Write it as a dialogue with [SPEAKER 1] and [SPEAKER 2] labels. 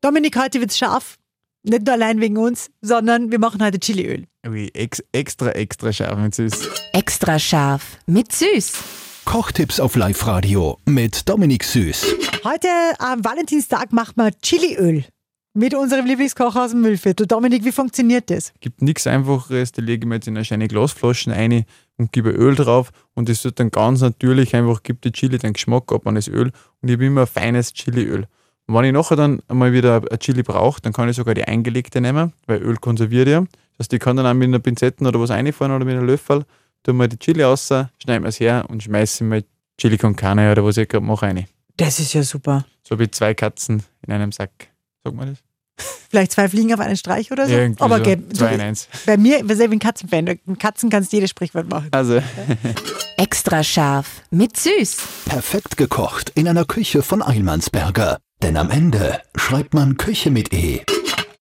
[SPEAKER 1] Dominik, heute wird's scharf. Nicht nur allein wegen uns, sondern wir machen heute Chiliöl.
[SPEAKER 2] Ui, ex, extra, extra scharf und süß.
[SPEAKER 3] Extra scharf mit Süß.
[SPEAKER 4] Kochtipps auf Live-Radio mit Dominik Süß.
[SPEAKER 1] Heute am Valentinstag machen wir Chiliöl mit unserem Lieblingskoch aus dem Müllviertel. Dominik, wie funktioniert das?
[SPEAKER 2] Gibt nichts Einfacheres, da lege ich mir jetzt in eine kleine Glasflaschen ein und gebe Öl drauf und das wird dann ganz natürlich einfach, gibt die Chili den Geschmack ab an das Öl und ich habe immer ein feines Chiliöl. Und wenn ich nachher dann mal wieder ein Chili brauche, dann kann ich sogar die eingelegte nehmen, weil Öl konserviert ja. Das heißt, ich kann dann auch mit einer Pinzette oder was reinfahren oder mit einem Löffel, tue mir die Chili raus, schneide mir es her und schmeiße mir Chili con Carne oder was ich gerade mache rein.
[SPEAKER 1] Das ist ja super.
[SPEAKER 2] So wie zwei Katzen in einem Sack. Sagt man das?
[SPEAKER 1] Vielleicht zwei Fliegen auf einen Streich oder so.
[SPEAKER 2] Irgendwie
[SPEAKER 1] Also, Aber
[SPEAKER 2] so.
[SPEAKER 1] geht- du,
[SPEAKER 2] zwei in eins.
[SPEAKER 1] bei mir, wir sind ein Katzenfan. Mit Katzen kannst du jedes Sprichwort machen.
[SPEAKER 2] Also,
[SPEAKER 3] Extra scharf mit Süß.
[SPEAKER 4] Perfekt gekocht in einer Küche von Eilmannsberger. Denn am Ende schreibt man Küche mit E.